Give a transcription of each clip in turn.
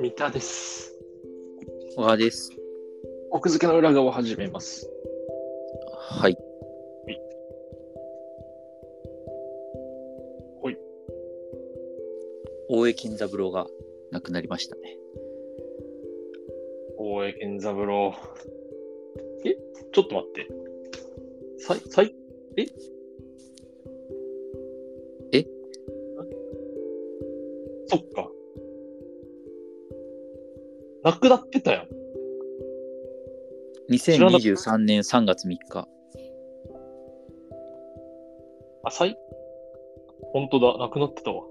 三田です。小川です。奥付けの裏側を始めます。はい。ほい。大江健三郎が亡くなりましたね。大江健三郎。えちょっと待って。さい、さい、ええんそっか。亡くなってたやん。らなかった2023年3月3日。あ、さい本当だ、亡くなってたわ。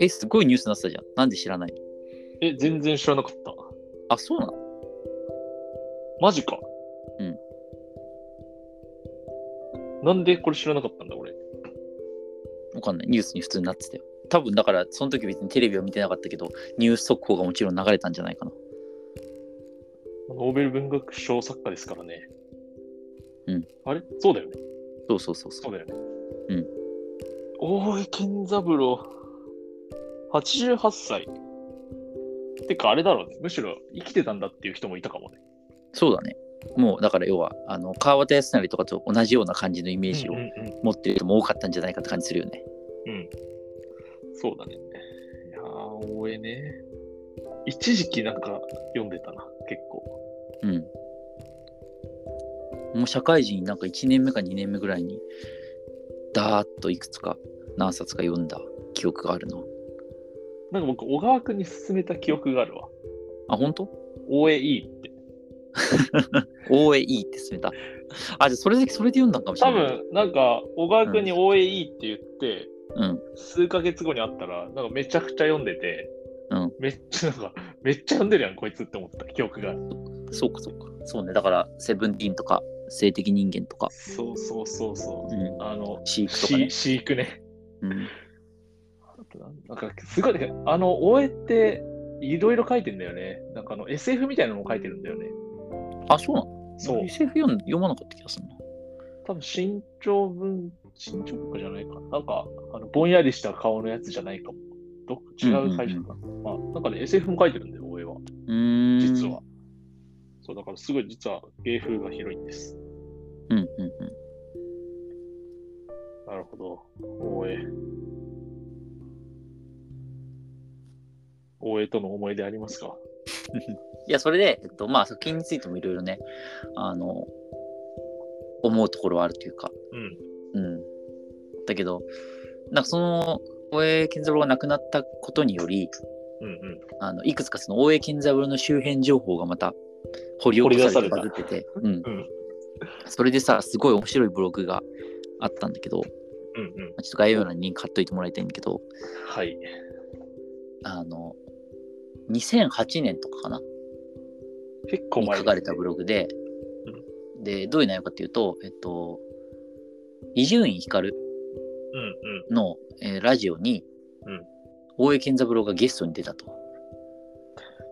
え、すごいニュースになってたじゃん。なんで知らないのえ、全然知らなかった。あ、そうなのマジか。うん。なんでこれ知らなかったんだ、俺。わかんない。ニュースに普通になってたよ。多分だから、その時別にテレビを見てなかったけど、ニュース速報がもちろん流れたんじゃないかな。ノーベル文学賞作家ですからね。うん。あれそうだよね。そうそうそうそそうう。だよね。うん。大江健三郎、88歳。てか、あれだろうね。むしろ生きてたんだっていう人もいたかもね。そうだね。もうだから要は、あの川端康成とかと同じような感じのイメージをうんうんうん持ってる人も多かったんじゃないかって感じするよね。そうだね。いやー、大江ね。一時期なんか読んでたな、結構。うん。もう社会人なんか1年目か2年目ぐらいに、だーっといくつか何冊か読んだ記憶があるな。なんか僕、小川くんに勧めた記憶があるわ。あ、本当？大江いいって。大江いいって進めた。 あ、じゃあそれで、それで読んだんかもしれ多ない。分、なんか、小川くんに大江いいって言って、うん。数ヶ月後に会ったら、なんかめちゃくちゃ読んでて、うんめっちゃ、なんか、めっちゃ読んでるやん、こいつって思った記憶がある。そうか、そうか。そうね。だから、セブンティーンとか、性的人間とか、そうそうそうそうう。ん。あの、飼育とかねし。飼育ね。うん。あとなんなんか、すごい、ね、あの、大江って、いろいろ書いてんだよね。なんかあの、SF みたいなのも書いてるんだよね。あ、そうなのそう。 SF 読ん読まなかった気がするな。多分、身長文、身長文化じゃないかな。なんか、あのぼんやりした顔のやつじゃないかも。どっ違う会社かな。まあ、なんかね、SF も書いてるんだよ、大江は。うーん。実は。。そう、だからすごい実は芸風が広いんです。うん、うん、うん。なるほど。大江。大江との思い出ありますかいや、それで、えっと、まあ、作品についてもいろいろね、あの、思うところはあるというか、うん。うん。だけど、なんかその、大江健三郎が亡くなったことにより、うんうん。あのいくつかその大江健三郎の周辺情報がまた掘り起こされて掘バりズってて、うんうんそれでさ、すごい面白いブログがあったんだけど、うんうん。ちょっと概要欄に買っといてもらいたいんだけど、はい。あの、2008年とかかな結構に前書かれたブログで、で、どういう内容かっていうと、えっと、伊集院光うんうん。の、えーラジオに、うん大江健三郎がゲストに出たと。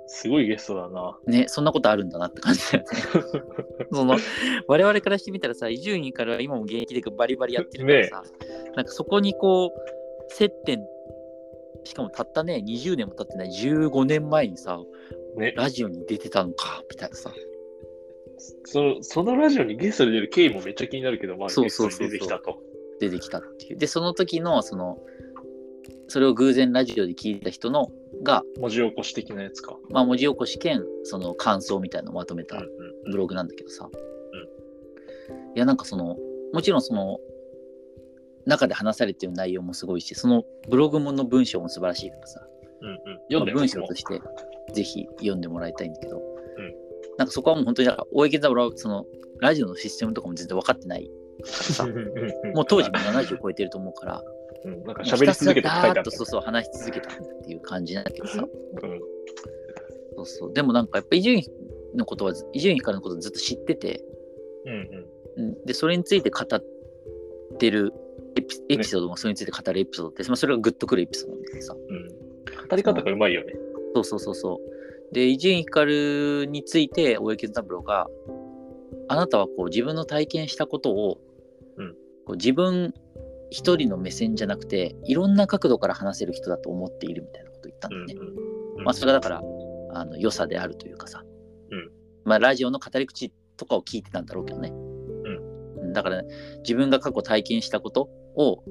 すごいゲストだな。ね、そんなことあるんだなって感じだよ ね。その我々からしてみたらさ、伊集院からは今も現役でバリバリやってるからさ、なんかそこにこう、接点、しかもたったね、20年も経ってない、15年前にさ、ね。ラジオに出てたのか、みたいなさ。その、そのラジオにゲストで出る経緯もめっちゃ気になるけど、まあ、そゲうストそうにそうそ出うてきたと。出てきたっていう。で、その時の、その、それを偶然ラジオで聞いた人のが、文字起こし的なやつか。まあ、文字起こし兼、その感想みたいなのをまとめたブログなんだけどさ、いやなんかそのもちろんその中で話されてる内容もすごいしそのブログもの文章も素晴らしいからさうんうん。読んでまあ文章としてぜひ読んでもらいたいんだけど、んなんかそこはもう本当になんか大江健三郎はそのラジオのシステムとかも全然分かってないうんうんうんもう当時も70超えてると思うからうんなんか 喋り続けて書いてあっもうひたすらだーたっと。そうそう話し続けたっていう感じなんだけどさうんそうそうでもなんかやっぱ伊集院のことは伊集院光のことずっと知ってて、うんうん。うんでそれについて語ってるエピエピソードもそれについて語るエピソードって、まあ、それがグッとくるエピソードなんだけどさうん語り方がうまいよね。そうそうそうそうで伊集院光について大江健三郎があなたはこう自分の体験したことを、うんこう自分一人の目線じゃなくていろんな角度から話せる人だと思っているみたいなこと言ったんだよね。まあ、それがだからあの良さであるというかさ、うんまあ、ラジオの語り口とかを聞いてたんだろうけどね、うん、だから、自分が過去体験したことを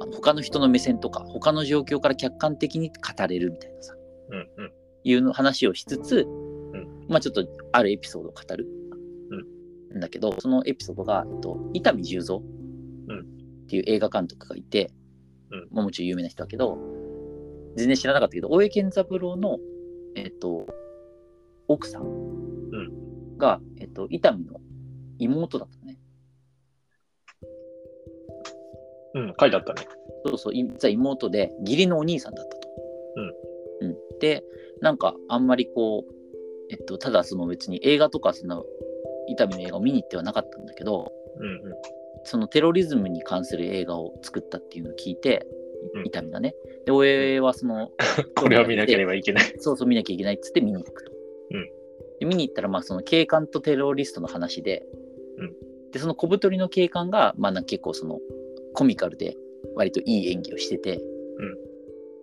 あの他の人の目線とか他の状況から客観的に語れるみたいなさうんうんいうの話をしつつ、んまあちょっとあるエピソードを語る、ん、だけどそのエピソードが、えっと、伊丹十三うんっていう映画監督がいて、うんまあもちろん有名な人だけど全然知らなかったけど大江健三郎の、えっと、奥さんが、えっと、伊丹の妹だったねうんうん書いてあったね。そうそう、い実は妹で、義理のお兄さんだったと。うん。で、なんか、あんまりこう、えっと、ただその別に映画とか、その、伊丹の映画を見に行ってはなかったんだけど、うんうんそのテロリズムに関する映画を作ったっていうのを聞いて、いうん伊丹がね。で、大江はその、これは見なければいけない。そうそう見なきゃいけないっつって見に行くと。うんで見に行ったら、まあ、その警官とテロリストの話で、うんでその小太りの警官が、まあ、なんか結構そのコミカルで割といい演技をしてて、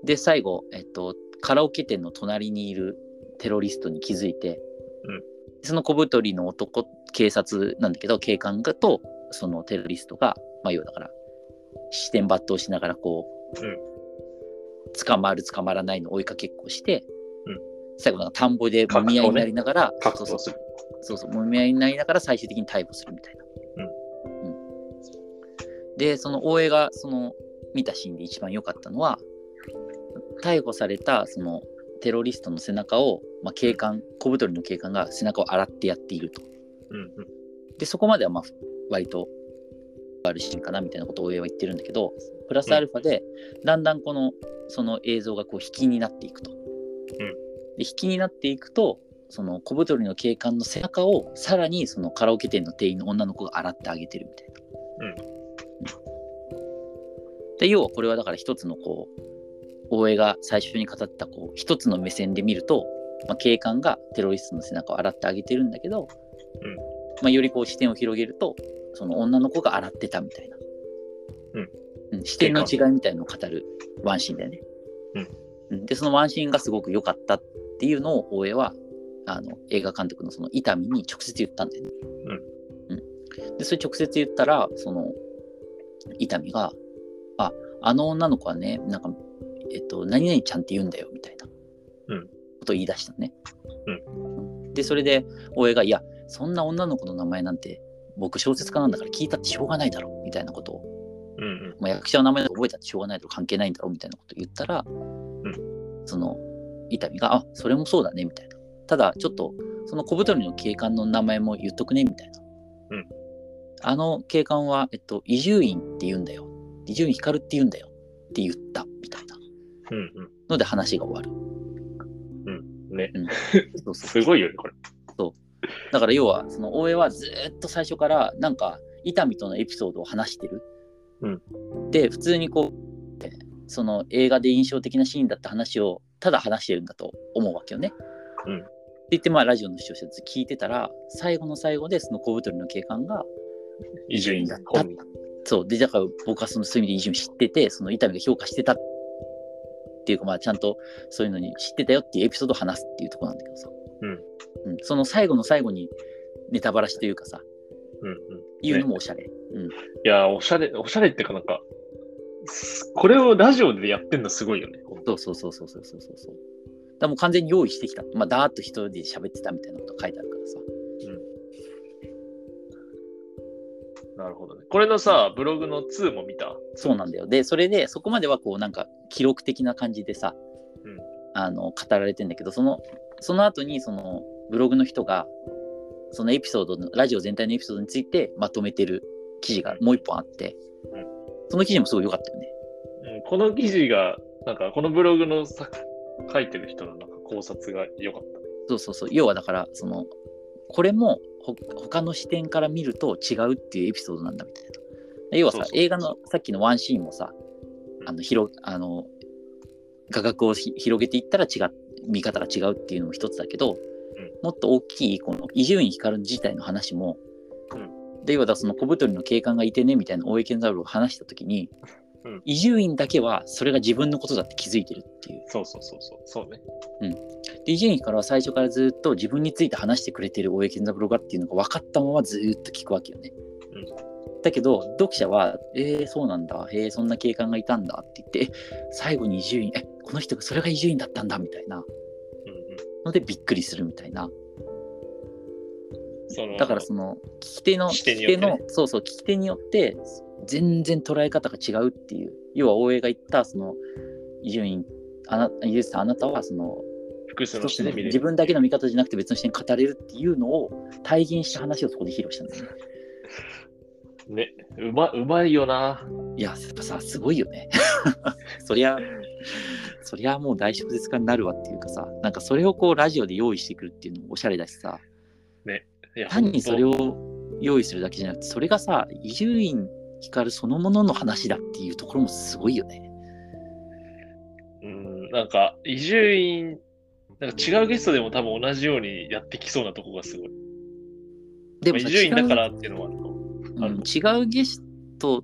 で最後、えっと、カラオケ店の隣にいるテロリストに気づいて、うんその小太りの男警察なんだけど警官がとそのテロリストが、まあ、要はだから視点抜刀しながらこう、うん捕まる捕まらないの追いかけっこして、うん最後なんか田んぼでもみ合いになりながら、格そう闘そうする。そうそうもみ合いになりながら最終的に逮捕するみたいな。うんでその大江がその見たシーンで一番良かったのは逮捕されたそのテロリストの背中を、まあ、警官小太りの警官が背中を洗ってやっていると。うんうんでそこまではまあ割とあるシーンかなみたいなことを大江は言ってるんだけどプラスアルファでだんだんこのその映像がこう引きになっていくと。で引きになっていくとその小太りの警官の背中をさらにそのカラオケ店の店員の女の子が洗ってあげてるみたいな。うんで要はこれはだから一つのこう大江が最初に語ったこう一つの目線で見ると、まあ、警官がテロリストの背中を洗ってあげてるんだけど、うんまあ、よりこう視点を広げるとその女の子が洗ってたみたいな、うんうん視点の違いみたいなのを語るワンシーンだよね。うんでそのワンシーンがすごく良かったっていうのを大江はあの映画監督のその伊丹に直接言ったんだよね。うんでそれ直接言ったらその伊丹が「ああの女の子はねなんか、えっと、何々ちゃんって言うんだよ」みたいなうんことを言い出したのね。でそれで大江が「いやそんな女の子の名前なんて僕小説家なんだから聞いたってしょうがないだろ」みたいなことをうんうんまあ、役者の名前なんか覚えたってしょうがないだろ関係ないんだろみたいなこと言ったら、その伊丹が「あそれもそうだね」みたいなただちょっとその小太りの警官の名前も言っとくねみたいな、うんあの警官はえっと伊集院って言うんだよ伊集院光って言うんだよって言ったみたいなうんので話が終わるうん。ね。 そうそすうごいよね、これ。だから要はその大江はずーっと最初からなんか伊丹とのエピソードを話してる、うんで普通にこうその映画で印象的なシーンだった話をただ話してるんだと思うわけよね。うんって言ってまあラジオの視聴者たち聞いてたら最後の最後でその小太りの警官が伊集院だ。だそうでだから僕はそのそういう意味で一瞬知っててその伊丹が評価してたっていうかまあちゃんとそういうのに知ってたよっていうエピソードを話すっていうところなんだけどさ、うんうんその最後の最後にネタバラシというかさうんうん。言うのねもおしゃれ、うんいや、おしゃれ、おしゃれってかなんか、すこれをラジオでやってんのすごいよね。そうそうそうそうそうそうそうそうだからもう完全に用意してきたまあだーっと一人で喋ってたみたいなこと書いてあるからさなるほどね。これのさ、ブログの2も見た。そうなんだよでそれでそこまではこうなんか記録的な感じでさ、うんあの語られてんだけどそのその後にそのブログの人がそのエピソードのラジオ全体のエピソードについてまとめてる記事がもう一本あって、うんその記事もすごい良かったよねうん、この記事が、なんか、このブログのさ書いてる人のなんか考察が良かったね。そうそうそう要はだからそのこれもほ他の視点から見ると違うっていうエピソードなんだみたいな要はさそうそうそう映画のさっきのワンシーンもさあの広あの画角をひ広げていったら違う見方が違うっていうのも一つだけど、うんもっと大きいこの伊集院光自体の話も、うんで今だその小太りの警官がいてねみたいな大江健三郎が話した時にうん伊集院だけはそれが自分のことだって気づいてるっていうそうそうそうそう。そうね。で伊集院からは最初からずっと自分について話してくれてる大江健三郎がっていうのが分かったままずーっと聞くわけよね、だけど読者は「えー、そうなんだえー、そんな警官がいたんだ」って言ってえ最後に伊集院えこの人がそれが伊集院だったんだみたいなうんうん。のでびっくりするみたいなそのだからその聞き手の聞き手に聞よっき手てねのそうそう聞き手によって全然捉え方が違うっていう要は大江が言ったその伊集院あな伊集院さんあなたはその複数の一視つ点ので見れる。自分だけの見方じゃなくて別の視点で語れるっていうのを体現した話をそこで披露したんですねね、うまうまいよな。いややっぱさすごいよね そりゃそりゃもう大小説家になるわっていうかさなんかそれをこうラジオで用意してくるっていうのもおしゃれだしさいや単にそれを。を用意するだけじゃなくてそれがさ伊集院光そのものの話だっていうところもすごいよね。うん、なんか、伊集院、なんか違うゲストでも多分同じようにやってきそうなとこがすごい。でまあさ伊集院だか違らっていうのはあるかもう,、うん、違うゲスト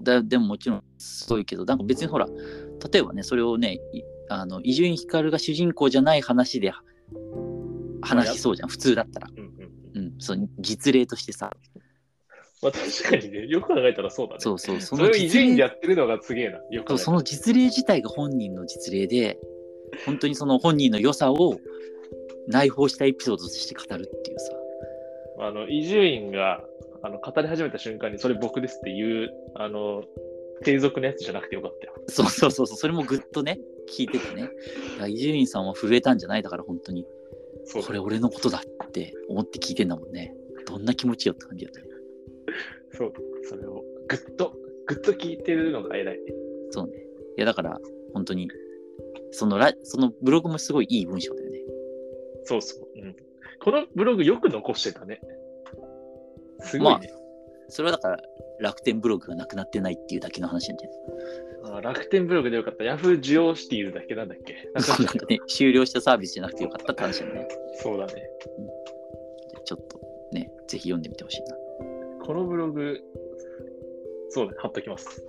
だでももちろんすごいけどなんか別にほら例えばねそれをねいあの伊集院光が主人公じゃない話で話しそうじゃん普通だったら、うんうんうんうん、そう実例としてさまあ確かにね、よく考えたらそうだね。そうそうそそれを伊集院でや例ってるのがすげえな。よく考そうえそたらの実例自体が本人の実例で本当にその本人の良さを内包したエピソードとして語るっていうさあの、伊集院があの語り始めた瞬間に、それ僕ですっていう、あの、低俗のやつじゃなくてよかったよ。そうそうそうそうそれもぐっとね聞いててねいや伊集院さんは震えたんじゃないだから本当にそうこれ俺のことだって思って聞いてんだもんねどんな気持ちよって感じだったねそう。それをぐっと、ぐっと聞いてるのが偉い。そうねいやだから本当にそのラそのブログもすごいいい文章だよねそうそう。うん、このブログよく残してたね。すごいね。それはだから楽天ブログがなくなってないっていうだけの話なんじゃないあー楽天ブログでよかった。ヤフージオシティーだけなんだっけなん そうなんかかね終了したサービスじゃなくてよかったって話だよねそうだね。ちょっとね、ぜひ読んでみてほしいな。このブログ、そうだね。貼っときます。